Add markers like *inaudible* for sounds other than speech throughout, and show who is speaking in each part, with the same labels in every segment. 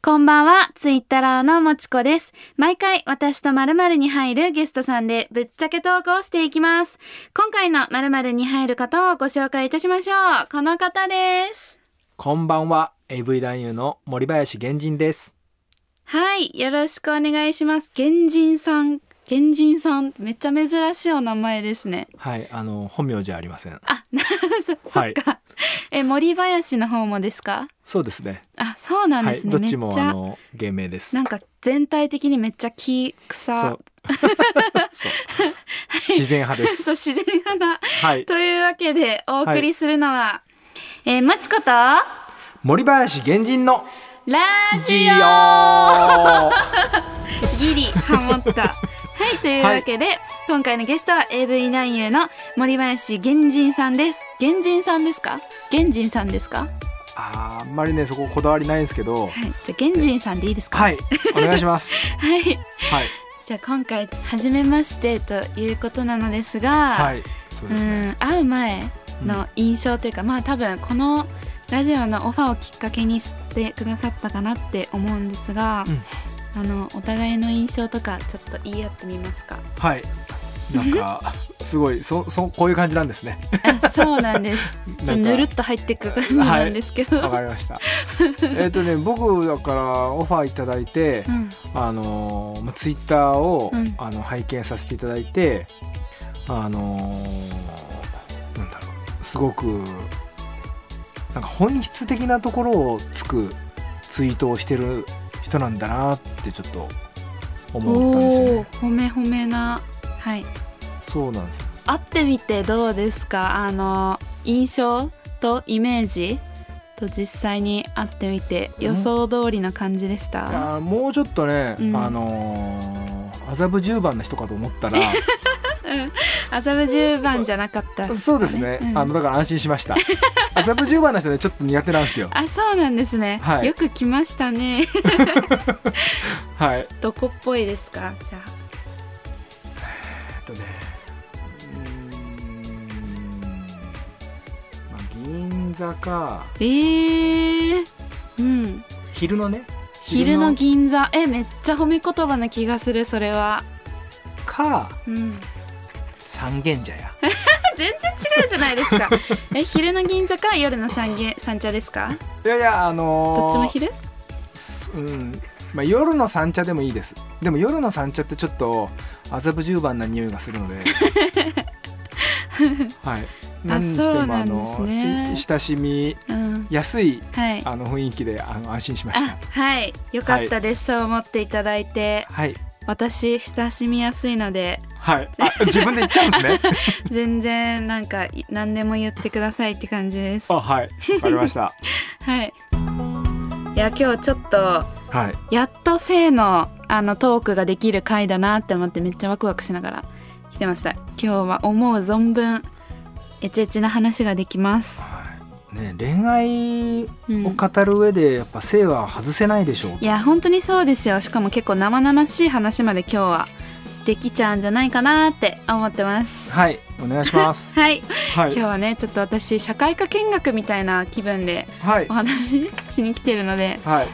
Speaker 1: こんばんは、ツイッターラーのもちこです。毎回私と〇〇に入るゲストさんでぶっちゃけトークをしていきます。今回の〇〇に入る方をご紹介いたしましょう。この方です。
Speaker 2: こんばんは AV 男優の森林源人です
Speaker 1: はい、よろしくお願いします。原人さん。原人さん、めっちゃ珍しいお名前ですね。
Speaker 2: はいあの本名じゃありません
Speaker 1: あ、 *laughs* なそ
Speaker 2: は
Speaker 1: そっ
Speaker 2: い
Speaker 1: か。え、森林の方もですか
Speaker 2: そうですね
Speaker 1: あ、そうなん
Speaker 2: は
Speaker 1: で
Speaker 2: い
Speaker 1: すね。
Speaker 2: どっちも
Speaker 1: めっち
Speaker 2: あ
Speaker 1: ゃ、
Speaker 2: の芸名です
Speaker 1: なんか全体的にめっちゃ木草。 *laughs*
Speaker 2: そうそう自然派です
Speaker 1: そう自然派な
Speaker 2: は
Speaker 1: *laughs*
Speaker 2: い
Speaker 1: というわけでお送りするのは、えー、まちことラ
Speaker 2: 森林源人の
Speaker 1: ジ
Speaker 2: ジオは
Speaker 1: オギリハモった *laughs* はいというわけで、今回のゲストは AV 男優の森林源人さんです源人さんですか源人さんですか
Speaker 2: あーあんまりねそここだわりないんですけど
Speaker 1: はいじゃあ源人さんでいいですか
Speaker 2: はいお願いします
Speaker 1: はい
Speaker 2: はい
Speaker 1: じゃあ今回初めましてということなのですが、
Speaker 2: はいそう
Speaker 1: う
Speaker 2: ですね
Speaker 1: ん会う前の印象というか、まあ多分このラジオのオファーをきっかけにしてくださったかなって思うんですが、
Speaker 2: うん
Speaker 1: あのお互いの印象とかちょっと言い合ってみます
Speaker 2: *laughs*
Speaker 1: か
Speaker 2: はいなんかすごいそそこういう感じなんですね
Speaker 1: あそうなんです
Speaker 2: なんか
Speaker 1: ちょっとぬるっと入ってく感じなんですけど、
Speaker 2: わかりましたえっとね僕だからオファーいただいて、
Speaker 1: うん
Speaker 2: あのーまあ、ツイッターを、
Speaker 1: うん
Speaker 2: あの拝見させていただいてあのーなんだろうすごくなんか本質的なところをつくツイートをしてる人なんだなってちょっと思ったんですよ
Speaker 1: おお
Speaker 2: ね。
Speaker 1: 褒め褒めなはい
Speaker 2: そうなんですよ
Speaker 1: 会ってみてどうですかあの印象とイメージと実際に会ってみて予想通りの感じでした、
Speaker 2: いやーもうちょっとね、
Speaker 1: うん
Speaker 2: あのー麻布十番の人かと思っ
Speaker 1: *laughs*
Speaker 2: たら
Speaker 1: 麻布十番じゃなかった
Speaker 2: そうですね、
Speaker 1: うん
Speaker 2: あのだから安心しました麻布十番の人ねちょっと苦手なんですよ
Speaker 1: あそうなんですね、
Speaker 2: はい
Speaker 1: よく来ましたね *laughs*
Speaker 2: はい
Speaker 1: どこっぽいですかじゃあ
Speaker 2: えっとねうーん、まあ、銀座か
Speaker 1: えー、うん
Speaker 2: 昼のね
Speaker 1: 昼の銀座えめっちゃ褒め言葉な気がするそれは
Speaker 2: か
Speaker 1: うん *laughs*
Speaker 2: 三軒茶屋
Speaker 1: 全然違うじゃないです
Speaker 2: *laughs*
Speaker 1: かえ昼の銀座か夜の三軒三茶ですか
Speaker 2: いやいやあのー
Speaker 1: どっちも昼
Speaker 2: すうんまあ、夜の三茶でもいいですでも夜の三茶ってちょっと麻布十番な匂いがするの
Speaker 1: *laughs*
Speaker 2: ではい何にして
Speaker 1: そう
Speaker 2: も
Speaker 1: な
Speaker 2: あ
Speaker 1: んです
Speaker 2: の、
Speaker 1: ね
Speaker 2: い親しみ
Speaker 1: うん
Speaker 2: やすい
Speaker 1: はい
Speaker 2: あの雰囲気であの安心しました
Speaker 1: あはいよかったです、そう思っていただいて
Speaker 2: はい
Speaker 1: 私親しみやすいので
Speaker 2: はいあ自分で言っちゃうんです
Speaker 1: *laughs*
Speaker 2: ね
Speaker 1: 全然なんかい何でも言ってくださいって感じです。
Speaker 2: あ
Speaker 1: は
Speaker 2: はいわかりました
Speaker 1: い。いや今日ちょっと
Speaker 2: はい
Speaker 1: やっと性のあのトークができる回だなって思ってめっちゃワクワクしながら来てました。今日は思う存分エチエチな話ができます。
Speaker 2: はいね、恋愛
Speaker 1: うん
Speaker 2: を語る上でやっぱ性は外せないでしょう、
Speaker 1: いや本当にそうですよ。しかも結構生々しい話まで今日はできちゃうんじゃないかなって思ってます。
Speaker 2: はいお願いします
Speaker 1: はい、
Speaker 2: は
Speaker 1: *laughs* 今日
Speaker 2: い
Speaker 1: はねちょっと私社会科見学みたいな気分で
Speaker 2: はい
Speaker 1: お話ししに来てるので
Speaker 2: はい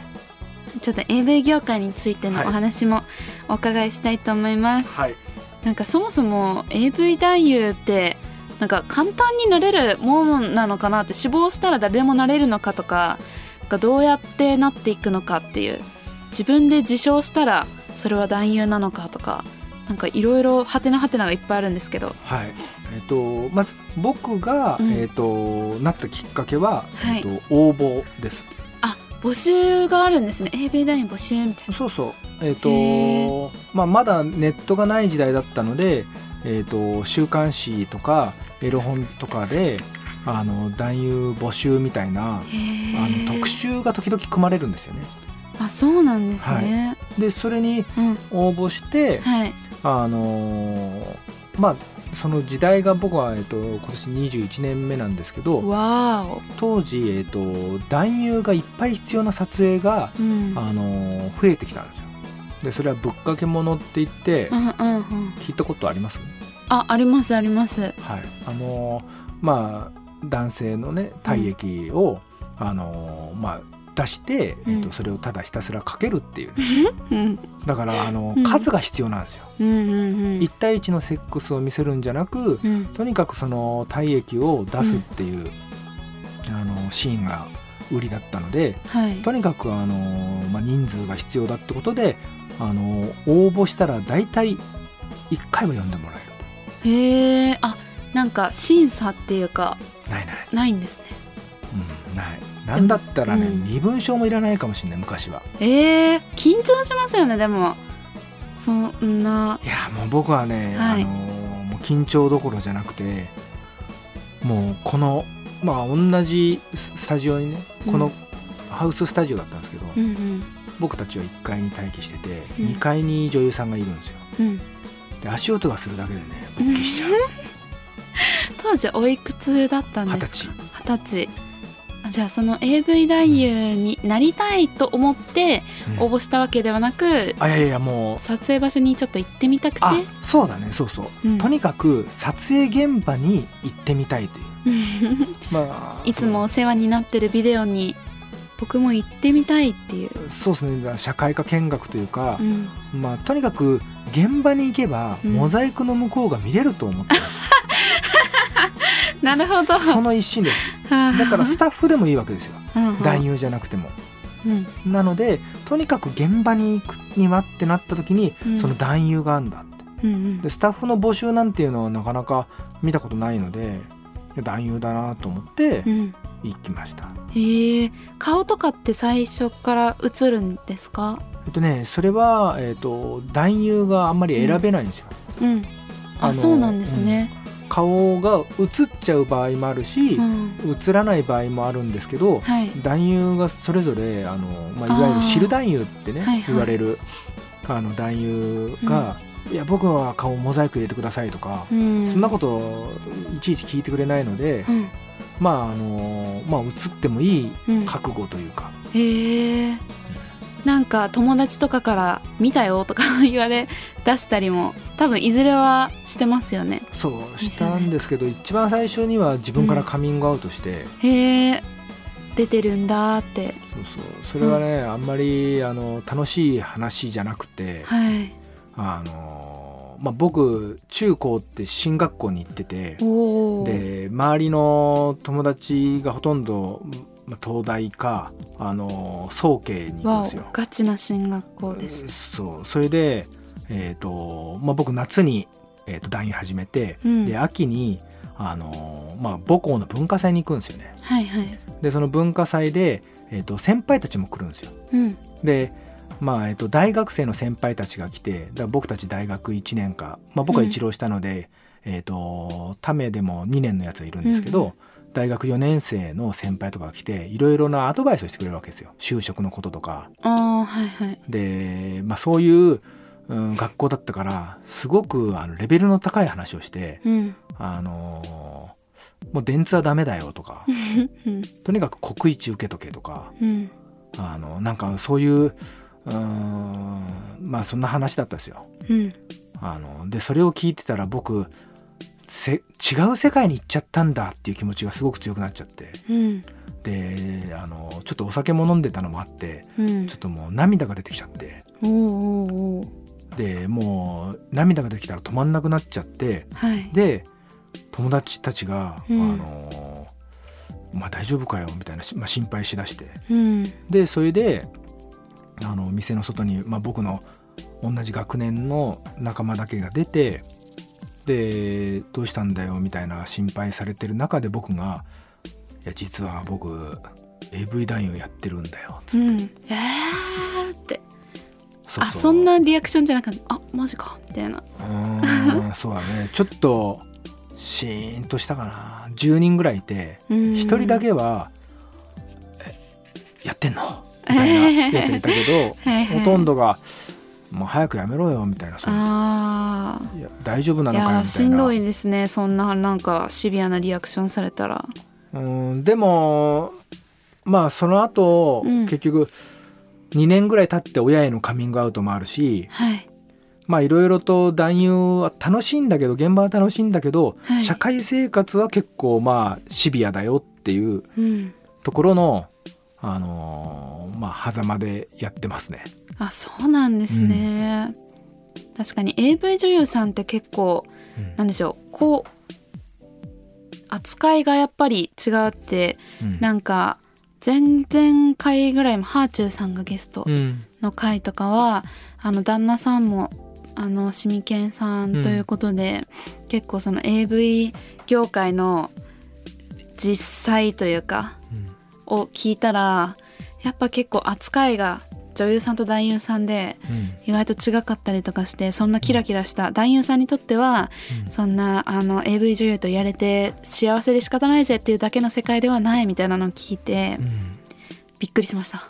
Speaker 1: ちょっと AV 業界についてのお
Speaker 2: はい
Speaker 1: 話もお伺いしたいと思います、
Speaker 2: はい
Speaker 1: なんかそもそも AV 男優ってなんか簡単になれるものなのかなって死亡したら誰でもなれるのかとかなんかどうやってなっていくのかっていう自分で自称したらそれは男優なのかとかなんかいろいろハテナハテナがいっぱいあるんですけど
Speaker 2: はいえっ、とまず僕が、
Speaker 1: うん
Speaker 2: えっ、となったきっかけは、
Speaker 1: はい
Speaker 2: えっ、と応募です
Speaker 1: あ募集があるんですね AV 男優募集みたい
Speaker 2: そうそうえ
Speaker 1: へ
Speaker 2: っ、と、まあ、まだネットがない時代だったのでえっ、と週刊誌とかエロ本とかであの男優募集みたいな
Speaker 1: なへ
Speaker 2: あ
Speaker 1: ー
Speaker 2: の特集が時々組まれるんですよね
Speaker 1: あそうなんですね、
Speaker 2: でそれに
Speaker 1: うん
Speaker 2: 応募して、
Speaker 1: はい
Speaker 2: あのーまあその時代が僕は、えっと、今年21年目なんですけど
Speaker 1: わーお
Speaker 2: 当時、えっと、男優がいっぱい必要な撮影が、
Speaker 1: うん
Speaker 2: あのー増えてきたんですよでそれはぶっかけものって言って
Speaker 1: うんうんうん
Speaker 2: 聞いたことあります
Speaker 1: あありますあります
Speaker 2: はいあのーまあ男性のね体液を、あのーまあ出して、
Speaker 1: うん
Speaker 2: えっと、それをただひたすらかけるっていう、
Speaker 1: うん
Speaker 2: だからあの、
Speaker 1: うん
Speaker 2: 数が必要なんですよ、
Speaker 1: うんうん
Speaker 2: 一対一のセックスを見せるんじゃな
Speaker 1: う
Speaker 2: く
Speaker 1: んうん
Speaker 2: とにかくその体液を出すっていう、あのシーンが売りだったので
Speaker 1: はい
Speaker 2: とにかくあの、まあ、人数が必要だってことであの応募したら大体1回は読んでもらえる
Speaker 1: へえあなんか審査っていうか
Speaker 2: ないない、
Speaker 1: ないんですね
Speaker 2: うん、ないなんだったらね、
Speaker 1: うん
Speaker 2: 身分証もいらないかもしれない昔は
Speaker 1: えー、緊張しますよねでもそんない
Speaker 2: やもう僕はね、
Speaker 1: はい
Speaker 2: あのもう緊張どころじゃなくてもうこのまあ同じススタジオにねこ
Speaker 1: う
Speaker 2: の
Speaker 1: ん
Speaker 2: ハウススタジオだったんですけど、
Speaker 1: うんうん
Speaker 2: 僕たちは1階に待機してて、
Speaker 1: うん
Speaker 2: 2階に女優さんがいるんですよ
Speaker 1: うん
Speaker 2: で足音がするだけでね勃起しちゃう
Speaker 1: 当時おいくつだったんですか
Speaker 2: 二十
Speaker 1: 二十歳あじゃあその AV 男優になりたいと思って
Speaker 2: うん
Speaker 1: 応募したわけではなく、
Speaker 2: あいやいやもう
Speaker 1: 撮影場所にちょっと行ってみたくて
Speaker 2: あそうだねそうそう、
Speaker 1: うん
Speaker 2: とにかく撮影現場に行ってみたいというまあ
Speaker 1: いつもお世話になってるビデオに僕も行ってみたいっていう、
Speaker 2: そうそうですね社会科見学というか
Speaker 1: う、ん、
Speaker 2: まあとにかく現場に行けば、
Speaker 1: うん
Speaker 2: モザイクの向こうが見れると思ってます
Speaker 1: *laughs* なるほど
Speaker 2: その一心ですだからスタッフでもいいわけ
Speaker 1: *laughs*
Speaker 2: ですよ男
Speaker 1: 優、
Speaker 2: 優じゃなくても
Speaker 1: うん
Speaker 2: なのでとにかく現場に行くにはってなった時に、
Speaker 1: うん
Speaker 2: その男優があるんだって
Speaker 1: うんうん
Speaker 2: でスタッフの募集なんていうのはなかなか見たことないので男優だなと思って
Speaker 1: うん
Speaker 2: 行きました、
Speaker 1: へえ顔とかって最初から映るんですか
Speaker 2: えっとねそれは、えっと男優があんまり選べないんですよ、
Speaker 1: うんあ
Speaker 2: あの
Speaker 1: そうなんですね、
Speaker 2: 顔が映っちゃう場合もあるし、
Speaker 1: うん
Speaker 2: 映らない場合もあるんですけど、
Speaker 1: はい
Speaker 2: 男優がそれぞれあの、
Speaker 1: あ
Speaker 2: ま
Speaker 1: ー
Speaker 2: あ、いわゆる知る男優ってね、
Speaker 1: はいはい
Speaker 2: 言われるあの男優が、いや僕は顔モザイク入れてください」とか、
Speaker 1: うん
Speaker 2: そんなこといちいち聞いてくれないので、
Speaker 1: うん
Speaker 2: まああのまあ映ってもいい
Speaker 1: うん
Speaker 2: 覚悟というか、
Speaker 1: へえなんか友達とかから「見たよ」とか言われ出したりも多分いずれはしてますよね
Speaker 2: そうしたんですけど一番最初には自分からカミングアウトして、
Speaker 1: へえ出てるんだって
Speaker 2: そうそうそれはね、あんまりあの楽しい話じゃなくて、
Speaker 1: はい
Speaker 2: あのまあ、僕中高って進学校に行ってて。
Speaker 1: おお
Speaker 2: で周りの友達がほとんど、まあ、東大かあの早慶に行くん
Speaker 1: わ
Speaker 2: ですよ
Speaker 1: お。ガチな進学校です
Speaker 2: そうそれで、えーとまあ、僕夏に、えー、と団員始めて、
Speaker 1: うん
Speaker 2: で秋にあの、まあ、母校の文化祭に行くんですよね。
Speaker 1: はいはい
Speaker 2: でその文化祭で、えー、と先輩たちも来るんですよ。
Speaker 1: うん
Speaker 2: でまあえっと、大学生の先輩たちが来てだから僕たち大学1年か、まあ、僕は
Speaker 1: うん
Speaker 2: 一浪したので、えっとためでも2年のやつがいるんですけど、
Speaker 1: うん
Speaker 2: 大学4年生の先輩とかが来ていろいろなアドバイスをしてくれるわけですよ就職のこととか。
Speaker 1: ああはいはい
Speaker 2: で、まあ、そういう、うん、学校だったからすごくあのレベルの高い話をして、
Speaker 1: うん
Speaker 2: あのーもう電通はダメだよとか
Speaker 1: うん
Speaker 2: とにかく国一受けとけとか。
Speaker 1: うん
Speaker 2: あのなんかそういううーんまあそんな話だったんですよ。
Speaker 1: うん
Speaker 2: あのでそれを聞いてたら僕せ違う世界に行っちゃったんだっていう気持ちがすごく強くなっちゃって
Speaker 1: うん
Speaker 2: であのちょっとお酒も飲んでたのもあって
Speaker 1: うん
Speaker 2: ちょっともう涙が出てきちゃって
Speaker 1: おおおお
Speaker 2: でもう涙が出てきたら止まんなくなっちゃって
Speaker 1: はい
Speaker 2: で友達たちが「
Speaker 1: うん
Speaker 2: あのまあ、大丈夫かよ」みたいな、しまあ、心配しだして
Speaker 1: うん
Speaker 2: でそれであの店の外に、まあ、僕の同じ学年の仲間だけが出てでどうしたんだよみたいな心配されてる中で僕が「いや実は僕 AV 男優やってるんだよ」つ
Speaker 1: う
Speaker 2: って、
Speaker 1: んえーって
Speaker 2: そ
Speaker 1: あそんなリアクションじゃなかったあマジかみたいな
Speaker 2: うーんそうだねちょっとシーンとしたかな10人ぐらいいて
Speaker 1: 一
Speaker 2: 1人だけは「えやってんの?」みたいなやつがい
Speaker 1: *laughs*
Speaker 2: たけど、ほとん
Speaker 1: ど
Speaker 2: どが「もう早くやめろよ」みたいなその
Speaker 1: あ
Speaker 2: いや大丈夫な
Speaker 1: あい
Speaker 2: のかよみたい
Speaker 1: や
Speaker 2: な
Speaker 1: しんどいですねそんななんかシビアなリアクションされたら
Speaker 2: うんでもまあその後、
Speaker 1: うん
Speaker 2: 結局2年ぐらい経って親へのカミングアウトもあるし
Speaker 1: はい
Speaker 2: まあいろいろと男優は楽しいんだけど現場は楽しいんだけど、
Speaker 1: はい
Speaker 2: 社会生活は結構まあシビアだよっていう
Speaker 1: うん
Speaker 2: ところのあのーまあ狭間でやってますね。
Speaker 1: あそうなんですね、確かに AV 女優さんって結構
Speaker 2: うん
Speaker 1: なんでしょうこう扱いがやっぱり違うって
Speaker 2: うん
Speaker 1: なんか前々回ぐらいもハーチューさんがゲスト
Speaker 2: うん
Speaker 1: の回とかはあの旦那さんもあのシミケンさんということで、結構その AV 業界の実際というかを聞いたらやっぱ結構扱いが女優さんと男優さんで
Speaker 2: うんうん
Speaker 1: 意外と違かったりとかしてそんなキラキラした男優さんにとってはそんなあの AV 女優とやれて幸せで仕方ないぜっていうだけの世界ではないみたいなのを聞いて
Speaker 2: うん
Speaker 1: びっくりしました。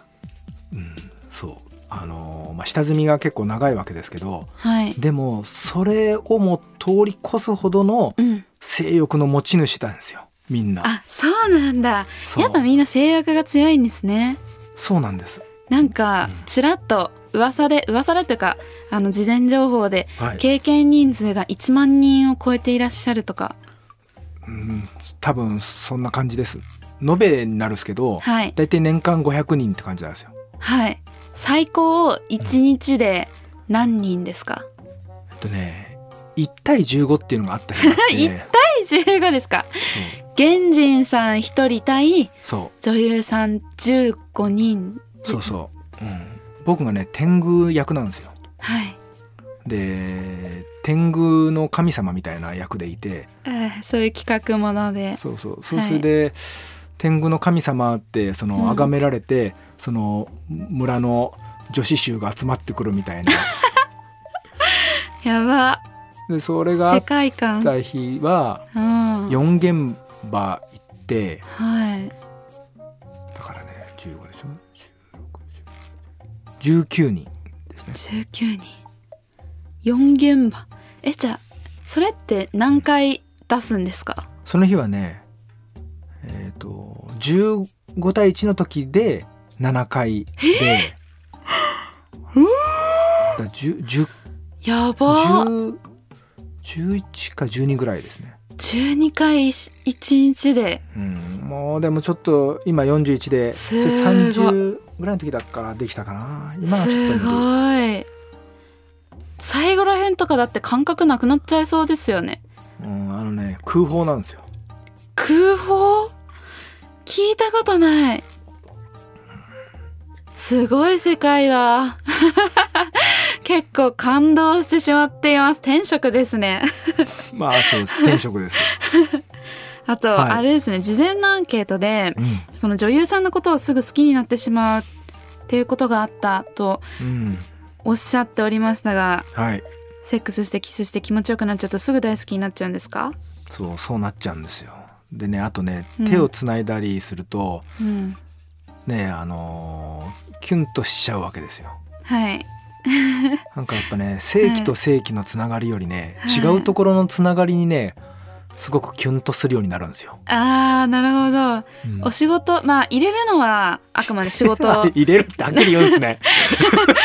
Speaker 2: うんそうあのーまあ、下積みが結構長いわけですけど
Speaker 1: はい、
Speaker 2: でもそれをも通り越すほどの
Speaker 1: うん、
Speaker 2: 性欲の持ち主なんですよみんな
Speaker 1: あそうなんだ
Speaker 2: そう
Speaker 1: やっぱみんな制約が強いんですね
Speaker 2: そうなんです、
Speaker 1: なんか
Speaker 2: うん
Speaker 1: ちらっと噂で噂でっていうかあの事前情報で
Speaker 2: はい
Speaker 1: 経験人数が1万人を超えていらっしゃるとか
Speaker 2: うん、多分そんな感じです延べになるんですけど
Speaker 1: はい
Speaker 2: 大体年間500人って感じなんですよ
Speaker 1: はい最高を1日で何人ですか
Speaker 2: えっとね1対15っていうのがあった日があっ
Speaker 1: *laughs*
Speaker 2: て
Speaker 1: 一はい15ですか原人さん1人対
Speaker 2: そう
Speaker 1: 女優さん15人
Speaker 2: そうそうそう、うん、僕がね天狗役なんですよ
Speaker 1: はい
Speaker 2: で天狗の神様みたいな役でいて
Speaker 1: あーそういう企画もので
Speaker 2: そうそうそうそれで、天狗の神様ってその崇められて、その村の女子衆が集まってくるみたいな
Speaker 1: やば
Speaker 2: でそれがあ
Speaker 1: 世
Speaker 2: っ
Speaker 1: 界観
Speaker 2: た日は
Speaker 1: うん
Speaker 2: 4現場行って
Speaker 1: はい
Speaker 2: だからね15でしょ16 19人ですね
Speaker 1: 19人4現場えじゃあそれって何回出すんですか
Speaker 2: その日はねえっ、と15対1の時で7回で、だから10 10
Speaker 1: やばー
Speaker 2: 10 11か12ぐらいですね、
Speaker 1: 12回1日で
Speaker 2: うん、もうでもちょっと今41ですそ
Speaker 1: ご
Speaker 2: れ
Speaker 1: い
Speaker 2: 30ぐらいの時だからできたかな今はちょっ
Speaker 1: す
Speaker 2: と無理
Speaker 1: ごい最後らへんとかだって感覚なくなっちゃいそうですよね
Speaker 2: うん、あのね空砲なんですよ
Speaker 1: 空砲聞いたことないすごい世界だ結構感動してしまっています天職ですね
Speaker 2: まあそうです転
Speaker 1: *laughs*
Speaker 2: 職です、
Speaker 1: あと、
Speaker 2: はい
Speaker 1: あれですね事前のアンケートで
Speaker 2: うん
Speaker 1: その女優さんのことをすぐ好きになってしまうっていうことがあったと
Speaker 2: うん、
Speaker 1: おっしゃっておりましたが
Speaker 2: はい
Speaker 1: セックスしてキスして気持ちよくなっちゃうとすぐ大好きになっちゃうんですか、
Speaker 2: そうそうなっちゃうんですよでねあとね
Speaker 1: うん
Speaker 2: 手をつないだりすると、
Speaker 1: うん、
Speaker 2: ねあのーキュンとしちゃうわけですよ
Speaker 1: はい
Speaker 2: なんかやっぱね正規と正規のつながりよりね、
Speaker 1: はい
Speaker 2: 違うところのつながりにねすごくキュンとするようになるんですよ、
Speaker 1: あーなるほ
Speaker 2: うん
Speaker 1: どお仕事まあ入れるのはあくまで仕事なんで
Speaker 2: *laughs* 入れるだけで言うんで
Speaker 1: *laughs*
Speaker 2: すね
Speaker 1: す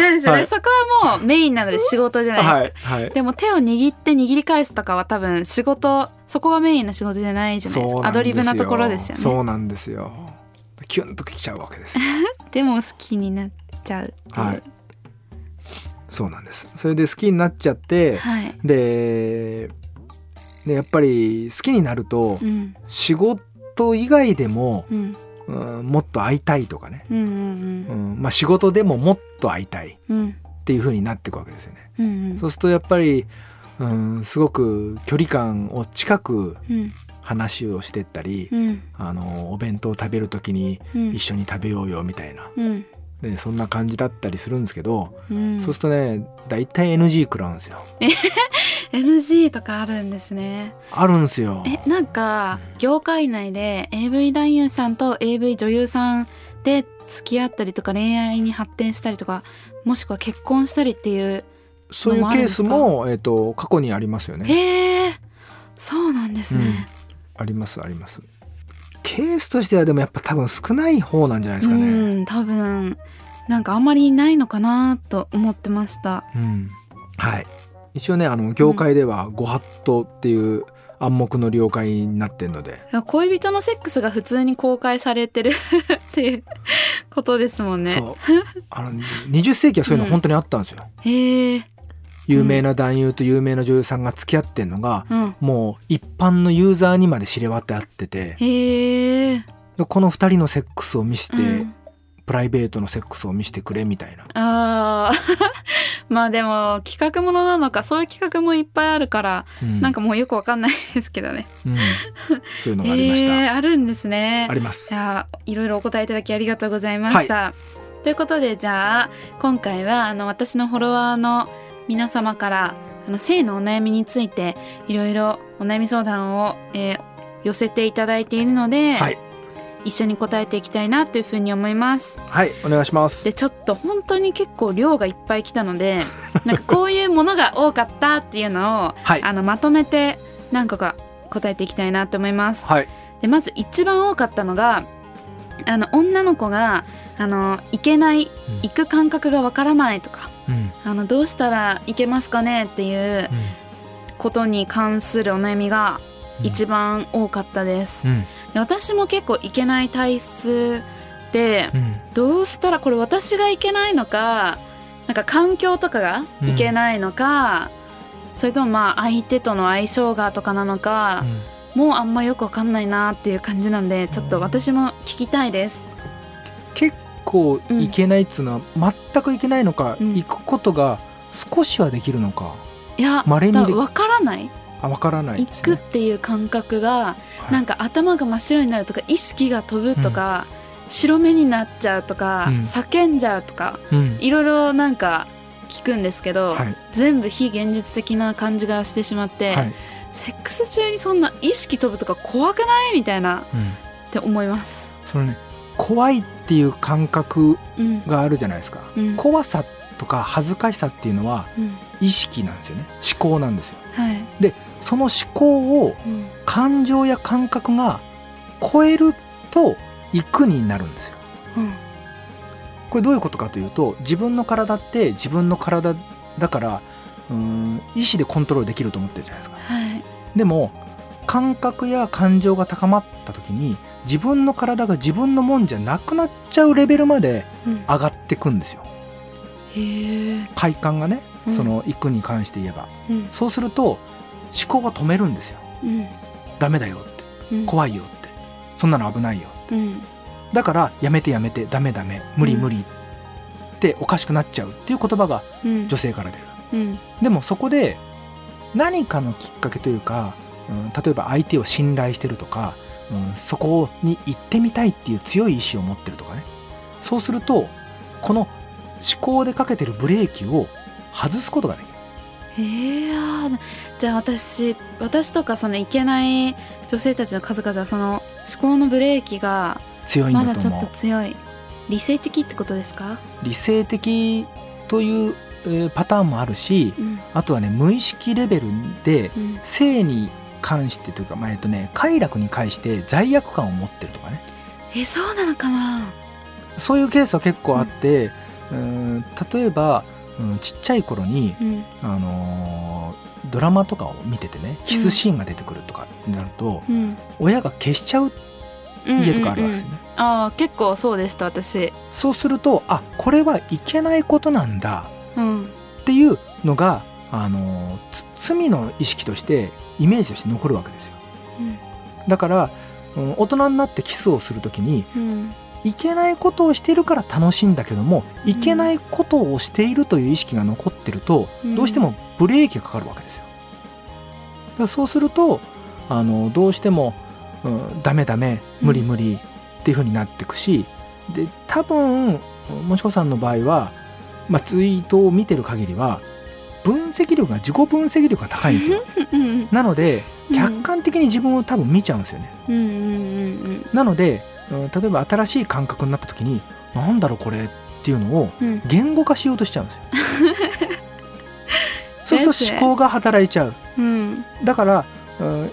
Speaker 1: よね、
Speaker 2: はい
Speaker 1: そこはもうメインなので仕事じゃないですか、
Speaker 2: はいはい
Speaker 1: でも手を握って握り返すとかは多分仕事そこがメインな仕事じゃないじゃないです
Speaker 2: そう
Speaker 1: かア
Speaker 2: なんです
Speaker 1: ドリ
Speaker 2: よ
Speaker 1: ブなところですよね
Speaker 2: そうなんですよキュンときちゃうわけですよ
Speaker 1: でも好きになっちゃうっていう
Speaker 2: はいそうなんですそれで好きになっちゃって、
Speaker 1: はい
Speaker 2: ででやっぱり好きになると、
Speaker 1: うん
Speaker 2: 仕事以外でも、
Speaker 1: うん
Speaker 2: うん、もっと会いたいとかね、
Speaker 1: うんう
Speaker 2: うんんまあ、仕事でももっと会いたい
Speaker 1: うんうん
Speaker 2: っていう風になっていくわけですよね。
Speaker 1: うん
Speaker 2: そうするとやっぱり、うん、すごく距離感を近く
Speaker 1: うん
Speaker 2: 話をしてったり、
Speaker 1: うん
Speaker 2: あのお弁当食べる時に
Speaker 1: うん
Speaker 2: 一緒に食べようよみたいな、
Speaker 1: うん
Speaker 2: ね、そんな感じだったりするんですけど、
Speaker 1: うん
Speaker 2: そうするとね大体 NG 食らうんですよ。
Speaker 1: NG とかあるんですね
Speaker 2: あるんですよ。
Speaker 1: えなんか業界内で AV 男優さんと AV 女優さんで付き合ったりとか恋愛に発展したりとかもしくは結婚したりっていう
Speaker 2: そういうケース
Speaker 1: の
Speaker 2: もえっ、と過去にありますよね。
Speaker 1: へえそうなんですね、
Speaker 2: ありますありますケースとしてはでもやっぱ多分少ない方なんじゃないですかね、
Speaker 1: うん多分なんかあんまりないのかなと思ってました
Speaker 2: うんはい一応ねあの業界ではご法度っていう、暗黙の了解になってんので、
Speaker 1: 恋人のセックスが普通に公開されてる *laughs* っていうことですもんね
Speaker 2: そうあの20世紀はそういうの本当にあったんですよ、
Speaker 1: へえ
Speaker 2: 有名な男優と有名な女優さんが付き合ってんのが
Speaker 1: うん
Speaker 2: もう一般のユーザーにまで知れ渡ってて
Speaker 1: へえ
Speaker 2: でこの2人のセックスを見せて、
Speaker 1: うん
Speaker 2: プライベートのセックスを見せてくれみたいな
Speaker 1: あー *laughs* まあでも企画ものなのかそういう企画もいっぱいあるから、
Speaker 2: うん
Speaker 1: なんかもうよくわかんないですけどね。
Speaker 2: うんそういうのがありました、
Speaker 1: えーあるんですね
Speaker 2: あ。ります
Speaker 1: じゃあいろいろお答えいただきありがとうございました。ということでじゃあ今回はあの私のフォロワーの皆様からあの性のお悩みについていろいろお悩み相談を、えー寄せていただいているので、
Speaker 2: はい
Speaker 1: 一緒に答えていきたいなというふうに思います。
Speaker 2: はいお願いします
Speaker 1: でちょっと本当に結構量がいっぱい来たの
Speaker 2: *laughs*
Speaker 1: でなんかこういうものが多かったっていうのを
Speaker 2: はい
Speaker 1: あのまとめて何個か答えていきたいなと思います。
Speaker 2: はい
Speaker 1: でまず一番多かったのがあの女の子があの行けない
Speaker 2: うん
Speaker 1: 行く感覚がわからないとか
Speaker 2: うん
Speaker 1: あのどうしたらいけますかねっていう
Speaker 2: うん
Speaker 1: ことに関するお悩みが
Speaker 2: うん
Speaker 1: 一番多かったです。
Speaker 2: うん
Speaker 1: で私も結構行けない体質で、
Speaker 2: うん
Speaker 1: どうしたらこれ私がいけないのかなんか環境とかがいけないのか、それともまあ相手との相性がとかなのか、
Speaker 2: うん
Speaker 1: もうあんまよくわかんないなっていう感じなんでちょっと私も聞きたいです。
Speaker 2: 結構いけないっつうのは全くいけないのか、
Speaker 1: うん
Speaker 2: 行くことが少しはできるのか
Speaker 1: いや
Speaker 2: 稀にで
Speaker 1: だからわからない
Speaker 2: あわからない
Speaker 1: 行
Speaker 2: です
Speaker 1: くっ
Speaker 2: ね
Speaker 1: ていう感覚が
Speaker 2: はい
Speaker 1: なんか頭が真っ白になるとか意識が飛ぶとか、白目になっちゃうとか、
Speaker 2: うん
Speaker 1: 叫んじゃうとか
Speaker 2: うん
Speaker 1: いろいろなんか聞くんですけど、
Speaker 2: はい
Speaker 1: 全部非現実的な感じがしてしまって。
Speaker 2: はい
Speaker 1: セックス中にそんな意識飛ぶとか怖くないみたいな
Speaker 2: うん
Speaker 1: って思います。
Speaker 2: そのね怖いっていう感覚
Speaker 1: うん。
Speaker 2: があるじゃないですか
Speaker 1: うん。
Speaker 2: 怖さとか恥ずかしさっていうのは
Speaker 1: うん、
Speaker 2: 意識なんですよね思考なんですよ
Speaker 1: はい。
Speaker 2: その思考を
Speaker 1: うん。
Speaker 2: 感情や感覚が超えると行くになるんですよ
Speaker 1: うん。
Speaker 2: これどういうことかというと自分の体って自分の体だからうーん意思でコントロールできると思ってるじゃないですか
Speaker 1: はい。
Speaker 2: でも感覚や感情が高まった時に自分の体が自分のもんじゃなくなっちゃうレベルまで
Speaker 1: うん。
Speaker 2: 上がってくんですよ
Speaker 1: へえ。
Speaker 2: 快感がね
Speaker 1: うん
Speaker 2: その行くに関して言えば、
Speaker 1: うん。
Speaker 2: そうすると思考が止めるんですよ
Speaker 1: うん。
Speaker 2: ダメだよって
Speaker 1: うん。
Speaker 2: 怖いよってそんなの危ないよ
Speaker 1: うん。
Speaker 2: だからやめてやめてダメダメ無理無理っておかしくなっちゃうっていう言葉が
Speaker 1: うん。
Speaker 2: 女性から出る
Speaker 1: うん。
Speaker 2: でもそこで何かのきっかけというか、うん例えば相手を信頼してるとか、うんそこに行ってみたいっていう強い意志を持ってるとかねそうするとこの思考でかけてるブレーキを外すことができる
Speaker 1: へえ。あーじゃあ私私とかそのいけない女性たちの数々はその思考のブレーキが
Speaker 2: 強いん
Speaker 1: まだ
Speaker 2: だと
Speaker 1: ちょ
Speaker 2: 思
Speaker 1: っ
Speaker 2: う
Speaker 1: と強い理性的ってことですか？
Speaker 2: 理性的という、えーパターンもあるし
Speaker 1: うん。
Speaker 2: あとはね無意識レベルで
Speaker 1: うん。
Speaker 2: 性に関してというか、まあえっとね、快楽に関して罪悪感を持ってるとかね
Speaker 1: えそうなのかな？
Speaker 2: そういうケースは結構あって、うん例えば、うんちっちゃい頃に、
Speaker 1: うん。
Speaker 2: あのードラマとかを見ててねキスシーンが出てくるとかってなると、
Speaker 1: うん。
Speaker 2: 親が消しちゃう
Speaker 1: うん
Speaker 2: 家とかあるわけですよね。
Speaker 1: うんうんああ結構そうでした私。
Speaker 2: そうするとあこれはいけないことなんだ
Speaker 1: うん。
Speaker 2: っていうのが、あのーつ罪の意識としてイメージとして残るわけですよ。
Speaker 1: うん
Speaker 2: だから、うん大人になってキスをするときに
Speaker 1: うん
Speaker 2: いけないことをしているから楽しいんだけどもいけないことをしているという意識が残ってると、
Speaker 1: うん
Speaker 2: どうしてもブレーキがかかるわけですよ。だからそうするとあのどうしても、うん、ダメダメ無理無理っていう風になっていくしで多分もしこさんの場合は、まあ、ツイートを見てる限りは分析力が自己分析力が高いんですよ。
Speaker 1: うん
Speaker 2: なので
Speaker 1: うん
Speaker 2: 客観的に自分を多分見ちゃうんですよね。
Speaker 1: うんうん
Speaker 2: なので、うん例えば新しい感覚になった時になんだろうこれっていうのを
Speaker 1: うんうん
Speaker 2: 言語化しようとしちゃうんですよ
Speaker 1: *laughs*
Speaker 2: そうすると思考が働いちゃう
Speaker 1: うん
Speaker 2: だから、うん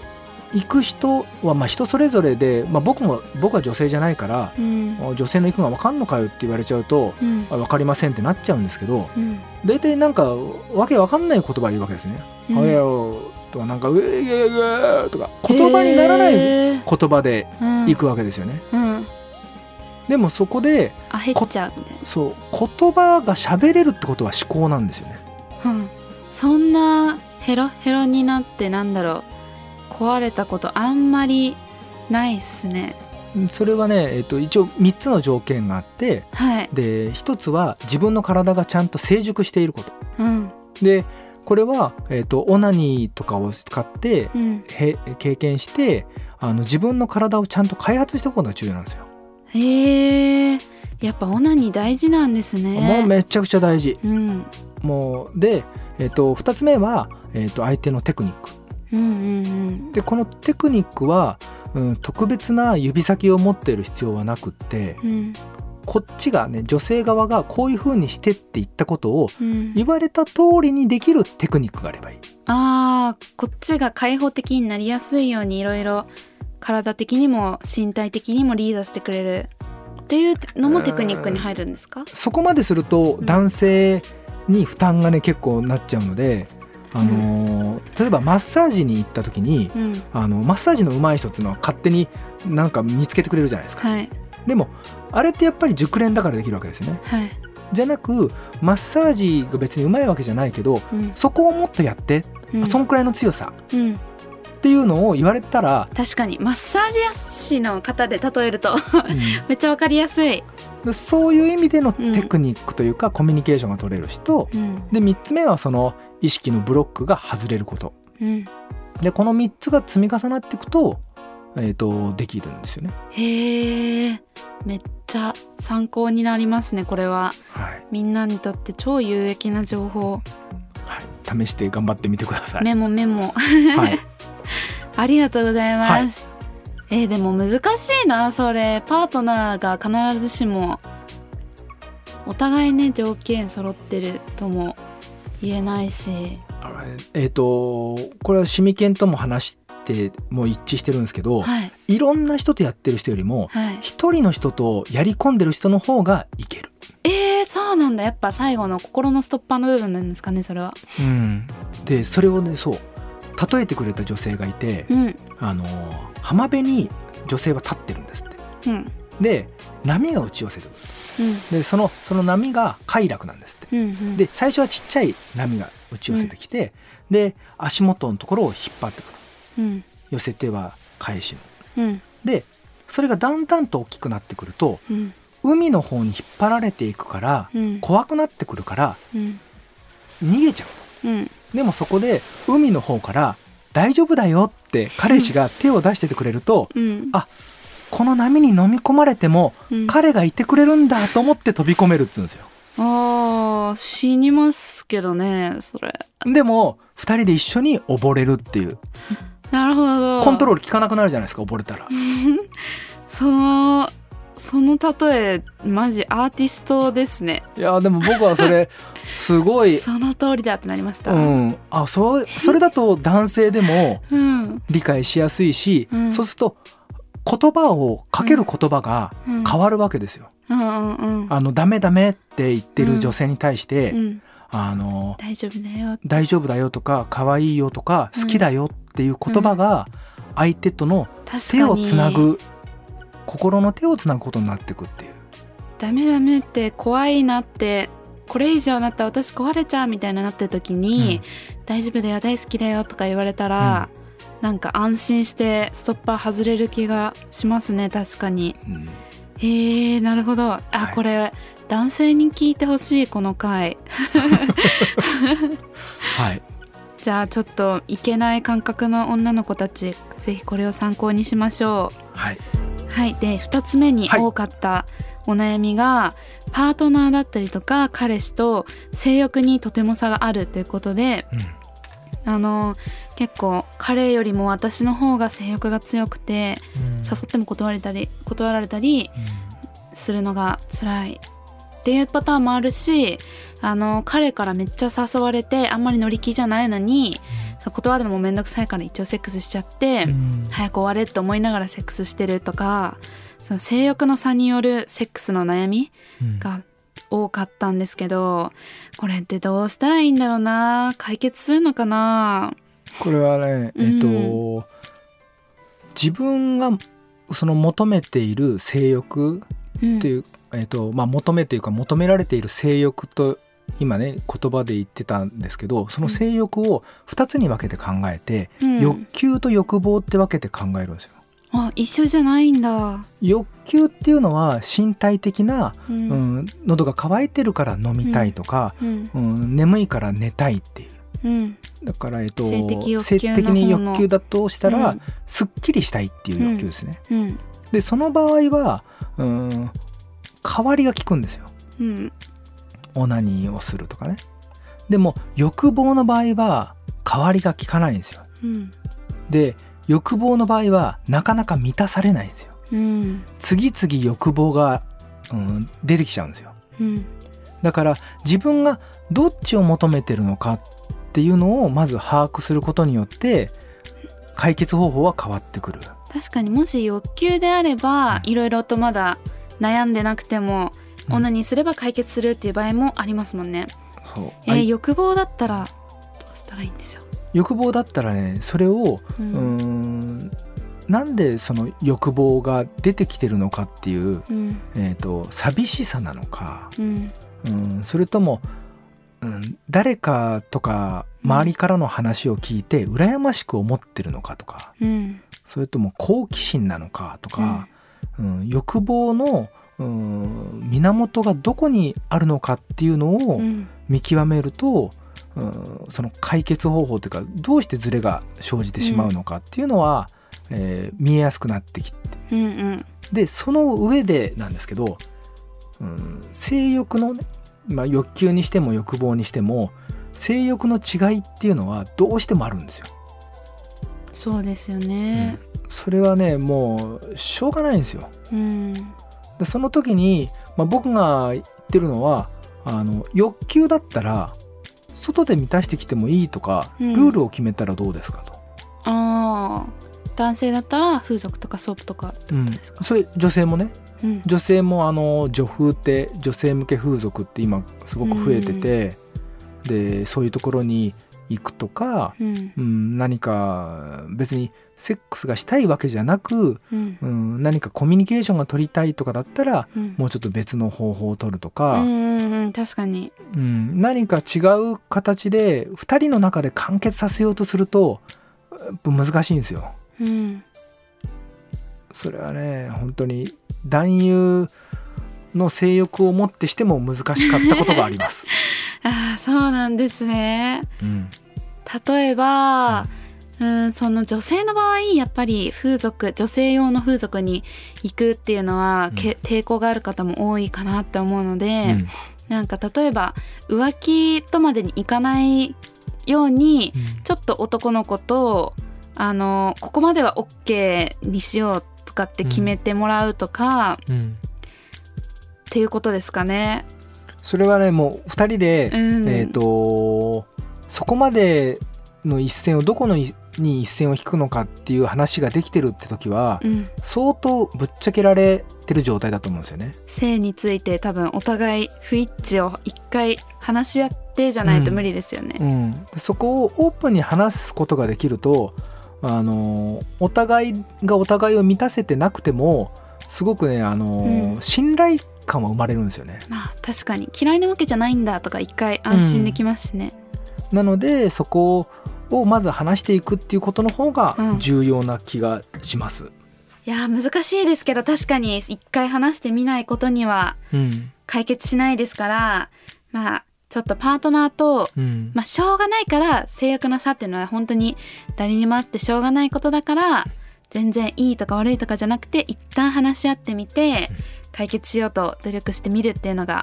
Speaker 2: 行く人はまあ人それぞれで、まあ、僕も僕は女性じゃないから
Speaker 1: うん
Speaker 2: 女性の行くが分かんのかよって言われちゃうと
Speaker 1: うん
Speaker 2: あ分かりませんってなっちゃうんですけど
Speaker 1: うん
Speaker 2: 大体なんかわけ分かんない言葉言うわけですね。
Speaker 1: う
Speaker 2: あいや
Speaker 1: ん
Speaker 2: とかなんか「うえいえいえ」とか言葉にならない言
Speaker 1: へー
Speaker 2: 葉で
Speaker 1: うん
Speaker 2: いくわけですよね。
Speaker 1: うん
Speaker 2: でもそこで
Speaker 1: あ減っちゃうみたい
Speaker 2: そう言葉が喋れるってことは思考なんですよね。
Speaker 1: な、うん、そんなヘロヘロになってなんだろう壊れたことあんまりないっすね
Speaker 2: それはね、えっと、一応3つの条件があって
Speaker 1: はい
Speaker 2: で1つは自分の体がちゃんと成熟していること。
Speaker 1: うん
Speaker 2: でこれは、えっとオナニーとかを使って
Speaker 1: うん
Speaker 2: へ経験してあの自分の体をちゃんと開発しておくことが重要なんですよ。
Speaker 1: へえやっぱオナニー大事なんですね
Speaker 2: もうめちゃくちゃ大事。
Speaker 1: うん
Speaker 2: もうで、えっと2つ目は、えっと相手のテクニック。
Speaker 1: うんうんうん
Speaker 2: でこのテクニックは、うん、特別な指先を持っている必要はなくって
Speaker 1: うん
Speaker 2: こっちがね女性側がこういう風にしてって言ったことを
Speaker 1: うん
Speaker 2: 言われた通りにできるテクニックがあればいい。
Speaker 1: あーこっちが開放的になりやすいようにいろいろ体的にも身体的にもリードしてくれるっていうのもテクニックに入るんですか
Speaker 2: そこまですると
Speaker 1: うん
Speaker 2: 男性に負担がね結構なっちゃうので、あのー例えばマッサージに行った時に
Speaker 1: うん
Speaker 2: あのマッサージの上手い人っていうのは勝手になんか見つけてくれるじゃないですか。
Speaker 1: はい
Speaker 2: でもあれってやっぱり熟練だからできるわけですよね。
Speaker 1: はい、
Speaker 2: じゃなくマッサージが別にうまいわけじゃないけど
Speaker 1: うん
Speaker 2: そこをもっとやって、
Speaker 1: うん
Speaker 2: そんくらいの強さ
Speaker 1: うん、
Speaker 2: っていうのを言われ
Speaker 1: *laughs*
Speaker 2: たら、
Speaker 1: 確かにマッサージ師の方で例えると *laughs*
Speaker 2: う
Speaker 1: めっちゃわかりやすい、
Speaker 2: んそういう意味でのテクニックというか、コミュニケーションが取れる人
Speaker 1: うん
Speaker 2: で3つ目はその意識のブロックが外れること
Speaker 1: うん、
Speaker 2: でこの3つが積み重なっていくと,、えー、とできるんですよね。
Speaker 1: へえめっちゃ参考になりますねこれは
Speaker 2: はい
Speaker 1: みんなにとって超有益な情報
Speaker 2: はい、試して頑張ってみてください。
Speaker 1: メモメモ *laughs*
Speaker 2: はい、
Speaker 1: ありがとうございます。えーでも難しいなそれパートナーが必ずしもお互いね条件揃ってるとも言えないし
Speaker 2: あえっ、とこれはシミケンとも話してもう一致してるんですけど、
Speaker 1: はい
Speaker 2: い、ろんな人とやってる人よりも
Speaker 1: はい
Speaker 2: 一人の人とやり込んでる人の方がいける。
Speaker 1: えー、そうなんだやっぱ最後の心のストッパーの部分なんですかねそれは
Speaker 2: うん、でそれをねそう例えてくれた女性がいて、
Speaker 1: うん
Speaker 2: あのー浜辺に女性は立ってるんですって
Speaker 1: うん
Speaker 2: で波が打ち寄せる
Speaker 1: うん
Speaker 2: でそのその波が快楽なんですって
Speaker 1: うんうん
Speaker 2: で最初はちっちゃい波が打ち寄せてきて、で足元のところを引っ張ってくる
Speaker 1: うん
Speaker 2: 寄せては返しの
Speaker 1: うん
Speaker 2: でそれがだんだんと大きくなってくると
Speaker 1: うん
Speaker 2: 海の方に引っ張られていくから
Speaker 1: うん
Speaker 2: 怖くなってくるから
Speaker 1: うん
Speaker 2: 逃げちゃう
Speaker 1: うん
Speaker 2: でもそこで海の方から「大丈夫だよ」って彼氏が手を出しててくれると
Speaker 1: うん
Speaker 2: あこの波に飲み込まれても
Speaker 1: うん
Speaker 2: 彼がいてくれるんだと思って飛び込めるっつうんですよ
Speaker 1: あー死にますけどねそれ
Speaker 2: でも2人で一緒に溺れるっていう
Speaker 1: なるほど
Speaker 2: コントロール効かなくなるじゃないですか溺れたら
Speaker 1: そのその例えマジアーティストですね
Speaker 2: いやでも僕はそ *laughs* れすごい
Speaker 1: その通りだってなりました
Speaker 2: うんあそうそれだと男性でも
Speaker 1: うん
Speaker 2: 理解しやすいし、
Speaker 1: うん
Speaker 2: そうすると言葉をかける言葉が
Speaker 1: うん
Speaker 2: 変わるわけですよ。
Speaker 1: うんうんうん
Speaker 2: あのダメダメって言ってる女性に対して、
Speaker 1: うん
Speaker 2: あの
Speaker 1: 大丈夫だよ
Speaker 2: 大丈夫だよとか可愛いよとか
Speaker 1: うん
Speaker 2: 好きだよっていう言葉が相手との
Speaker 1: 確かに
Speaker 2: 手をつなぐ心の手をつなぐことになっていくっていう
Speaker 1: ダメダメって怖いなってこれ以上なったら私壊れちゃうみたいになってる時に、大丈夫だよ大好きだよとか言われたら、なんか安心してストッパー外れる気がしますね確かに
Speaker 2: うん
Speaker 1: へえなるほどあ、
Speaker 2: はい
Speaker 1: これ男性に聞いてほしいこの回
Speaker 2: はい
Speaker 1: じゃあちょっといけない感覚の女の子たちぜひこれを参考にしましょ
Speaker 2: はい、
Speaker 1: うはいで2つ目に
Speaker 2: はい
Speaker 1: 多かったお悩みが、パートナーだったりとか彼氏と性欲にとても差があるということで
Speaker 2: うん
Speaker 1: あの結構彼よりも私の方が性欲が強くて誘っても断れたり断られたりするのが辛いっていうパターンもあるしあの彼からめっちゃ誘われてあんまり乗り気じゃないのにそう断るのも面倒くさいから一応セックスしちゃって、
Speaker 2: うん
Speaker 1: 早く終われって思いながらセックスしてるとかその性欲の差によるセックスの悩み
Speaker 2: うん
Speaker 1: が多かったんですけどこれってどうしたらいいんだろうな解決するのかな
Speaker 2: これはね
Speaker 1: うん
Speaker 2: えっと、自分がその求めている性欲
Speaker 1: うん
Speaker 2: っていう、えっとまあ、求めというか求められている性欲と今ね言葉で言ってたんですけどその性欲を2つに分けて考えて、
Speaker 1: うん
Speaker 2: 欲求と欲望って分けて考えるんですよ。
Speaker 1: あ一緒じゃないんだ、
Speaker 2: 欲求っていうのは身体的な、
Speaker 1: う
Speaker 2: うんん喉が渇いてるから飲みたいとか、
Speaker 1: うん
Speaker 2: うん眠いから寝たいっていう
Speaker 1: うん
Speaker 2: だから、えっと、
Speaker 1: 性的欲求
Speaker 2: 性的に
Speaker 1: の方の
Speaker 2: 欲求だとしたら、
Speaker 1: うん
Speaker 2: すっきりしたいっていう欲求ですね。
Speaker 1: うん
Speaker 2: でその場合はうん代わりが効くんですよ。
Speaker 1: うん
Speaker 2: オナニーをするとかねでも欲望の場合は代わりが効かないんですよ
Speaker 1: うん
Speaker 2: で欲望の場合はなかなか満たされないんですよ
Speaker 1: うん
Speaker 2: 次々欲望が、うん、出てきちゃうんですよ
Speaker 1: うん
Speaker 2: だから自分がどっちを求めてるのかっていうのをまず把握することによって解決方法は変わってくる
Speaker 1: 確かにもし欲求であればいろいろとまだ悩んでなくても
Speaker 2: うん
Speaker 1: 女にすれば解決するっていう場合もありますもんね、
Speaker 2: そう、
Speaker 1: えー
Speaker 2: あい
Speaker 1: 欲望だったらどうしたらいいんでしょう、
Speaker 2: 欲望だったらねそれを
Speaker 1: う
Speaker 2: うんーんなんでその欲望が出てきてるのかっていう
Speaker 1: うん
Speaker 2: えー、と寂しさなのか、
Speaker 1: うん
Speaker 2: うん、それとも、うん、誰かとか周りからの話を聞いて羨ましく思ってるのかとか
Speaker 1: うん
Speaker 2: それとも好奇心なのかとか、うん欲望の、うん、源がどこにあるのかっていうの
Speaker 1: う
Speaker 2: を
Speaker 1: ん
Speaker 2: 見極めると、うん、その解決方法というかどうしてズレが生じてしまうのかっていうのは、えー見えやすくなってきて
Speaker 1: うんうん
Speaker 2: でその上でなんですけど、うん、性欲のね、まあ、欲求にしても欲望にしても性欲の違いっていうのはどうしてもあるんですよ。
Speaker 1: そうですよね
Speaker 2: それはねもうしょうがないんですよ。
Speaker 1: うん
Speaker 2: でその時に、まあ、僕が言ってるのはあの欲求だったら外で満たしてきてもいいとか
Speaker 1: う
Speaker 2: ル
Speaker 1: ん
Speaker 2: ールを決めたらどうですかと。
Speaker 1: あー男性だったら風俗とかソープとかってことですか、
Speaker 2: それ女性もね
Speaker 1: うん
Speaker 2: 女性もあの女風って女性向け風俗って今すごく増えてて、でそういうところに行くとか、
Speaker 1: うん
Speaker 2: うん、何か別にセックスがしたいわけじゃなく、
Speaker 1: うん
Speaker 2: うん、何かコミュニケーションが取りたいとかだったら
Speaker 1: うん
Speaker 2: もうちょっと別の方法を取ると
Speaker 1: うん
Speaker 2: か、
Speaker 1: うんうん確かに
Speaker 2: うん、何か違う形で2人の中で完結させようとするとやっぱ難しいんですよ。
Speaker 1: うん
Speaker 2: それはね本当に男優の性欲をもってしても難しかったことがあります。
Speaker 1: ああそうなんですね
Speaker 2: *laughs* うん
Speaker 1: 例えば、うん、その女性の場合やっぱり風俗女性用の風俗に行くっていうのは、け抵抗がある方も多いかなって思うの
Speaker 2: う
Speaker 1: で、
Speaker 2: ん
Speaker 1: なんか例えば浮気とまでにいかないようにちょっと男の子とあのここまでは OK にしようとかって決めてもらうとか、
Speaker 2: うん
Speaker 1: っていうことですかね。
Speaker 2: それはねもう2人で、
Speaker 1: うん、
Speaker 2: えっ、とそこまでの一線をどこのいに一線を引くのかっていう話ができてるって時は、
Speaker 1: うん、
Speaker 2: 相当ぶっちゃけられてる状態だと思うんですよね。
Speaker 1: 性について多分お互い不一致を一回話し合ってじゃないと無理ですよね。
Speaker 2: うん、でそこをオープンに話すことができるとあのお互いがお互いを満たせてなくてもすごくねあの、
Speaker 1: うん
Speaker 2: 信頼感は生まれるんですよね
Speaker 1: まあ確かに嫌いなわけじゃないんだとか一回安心できますしね。
Speaker 2: なのでそこをまず話していくっていうことの方が
Speaker 1: うん
Speaker 2: 重要な気がします、
Speaker 1: いやー難しいですけど確かに一回話してみないことには
Speaker 2: うん
Speaker 1: 解決しないですからまあちょっとパートナーと、
Speaker 2: うん
Speaker 1: まあ、しょうがないから性欲の差っていうのは本当に誰にもあってしょうがないことだから全然いいとか悪いとかじゃなくて一旦話し合ってみて解決しようと努力してみるっていうのが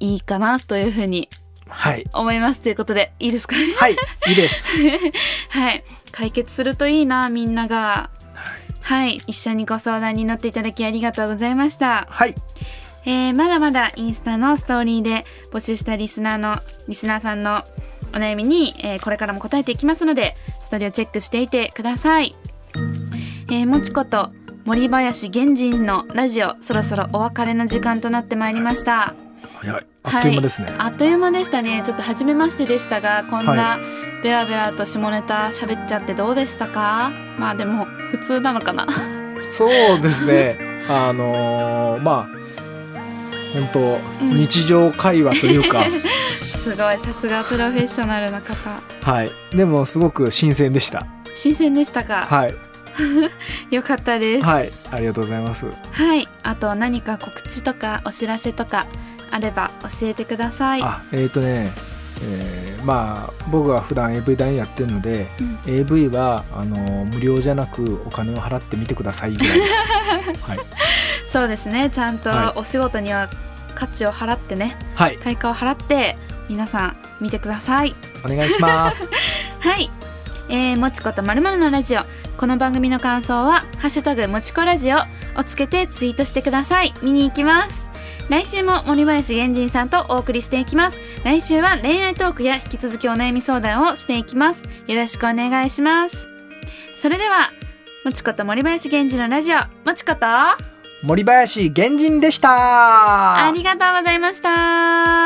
Speaker 1: いいかなというふうに
Speaker 2: はい
Speaker 1: 思いますということでいい
Speaker 2: *laughs*
Speaker 1: ですかね
Speaker 2: はいいいです、
Speaker 1: はい解決するといいなみんなが
Speaker 2: はい
Speaker 1: はい一緒にご相談に乗っていただきありがとうございました、
Speaker 2: はい、
Speaker 1: えーまだまだインスタのストーリーで募集したリスナーのリスナーさんのお悩みに、えーこれからも答えていきますのでストーリーをチェックしていてください、えー、もちこと森林源人のラジオそろそろお別れの時間となってまいりました
Speaker 2: 早いああっという間ですね、
Speaker 1: あっという間でしたねちょっと初めましてでしたがこんな
Speaker 2: は
Speaker 1: ベラベラと下ネタ喋っちゃってどうでしたかまあでも普通なのかな
Speaker 2: そうですねあのーまあ本当
Speaker 1: うん
Speaker 2: 日常会話というか、
Speaker 1: *laughs* すごいさすがプロフェッショナルな方
Speaker 2: はいでもすごく新鮮でした
Speaker 1: 新鮮でしたか、
Speaker 2: はい
Speaker 1: よかったですはい、
Speaker 2: はいありがとうございます
Speaker 1: あと何か告知とかお知らせとかあれば教えてください
Speaker 2: あえっ、とね、えーまあ僕は普段 AV 男優やってるので
Speaker 1: うん
Speaker 2: AV はあのー無料じゃなくお金を払ってみてくださいぐら
Speaker 1: *laughs*
Speaker 2: いですはい、
Speaker 1: そうですねちゃんと
Speaker 2: はい
Speaker 1: お仕事には価値を払ってね
Speaker 2: はい、
Speaker 1: 対価を払って皆さん見てください
Speaker 2: お願いします
Speaker 1: はい、えー、もちことまるまるのラジオこの番組の感想は「ハッシュタグもちこラジオ」をつけてツイートしてください見に行きます来週も森林源人さんとお送りしていきます来週は恋愛トークや引き続きお悩み相談をしていきますよろしくお願いしますそれではもちこと森林源人のラジオもちことあ
Speaker 2: 森林源人でした
Speaker 1: りがとうございました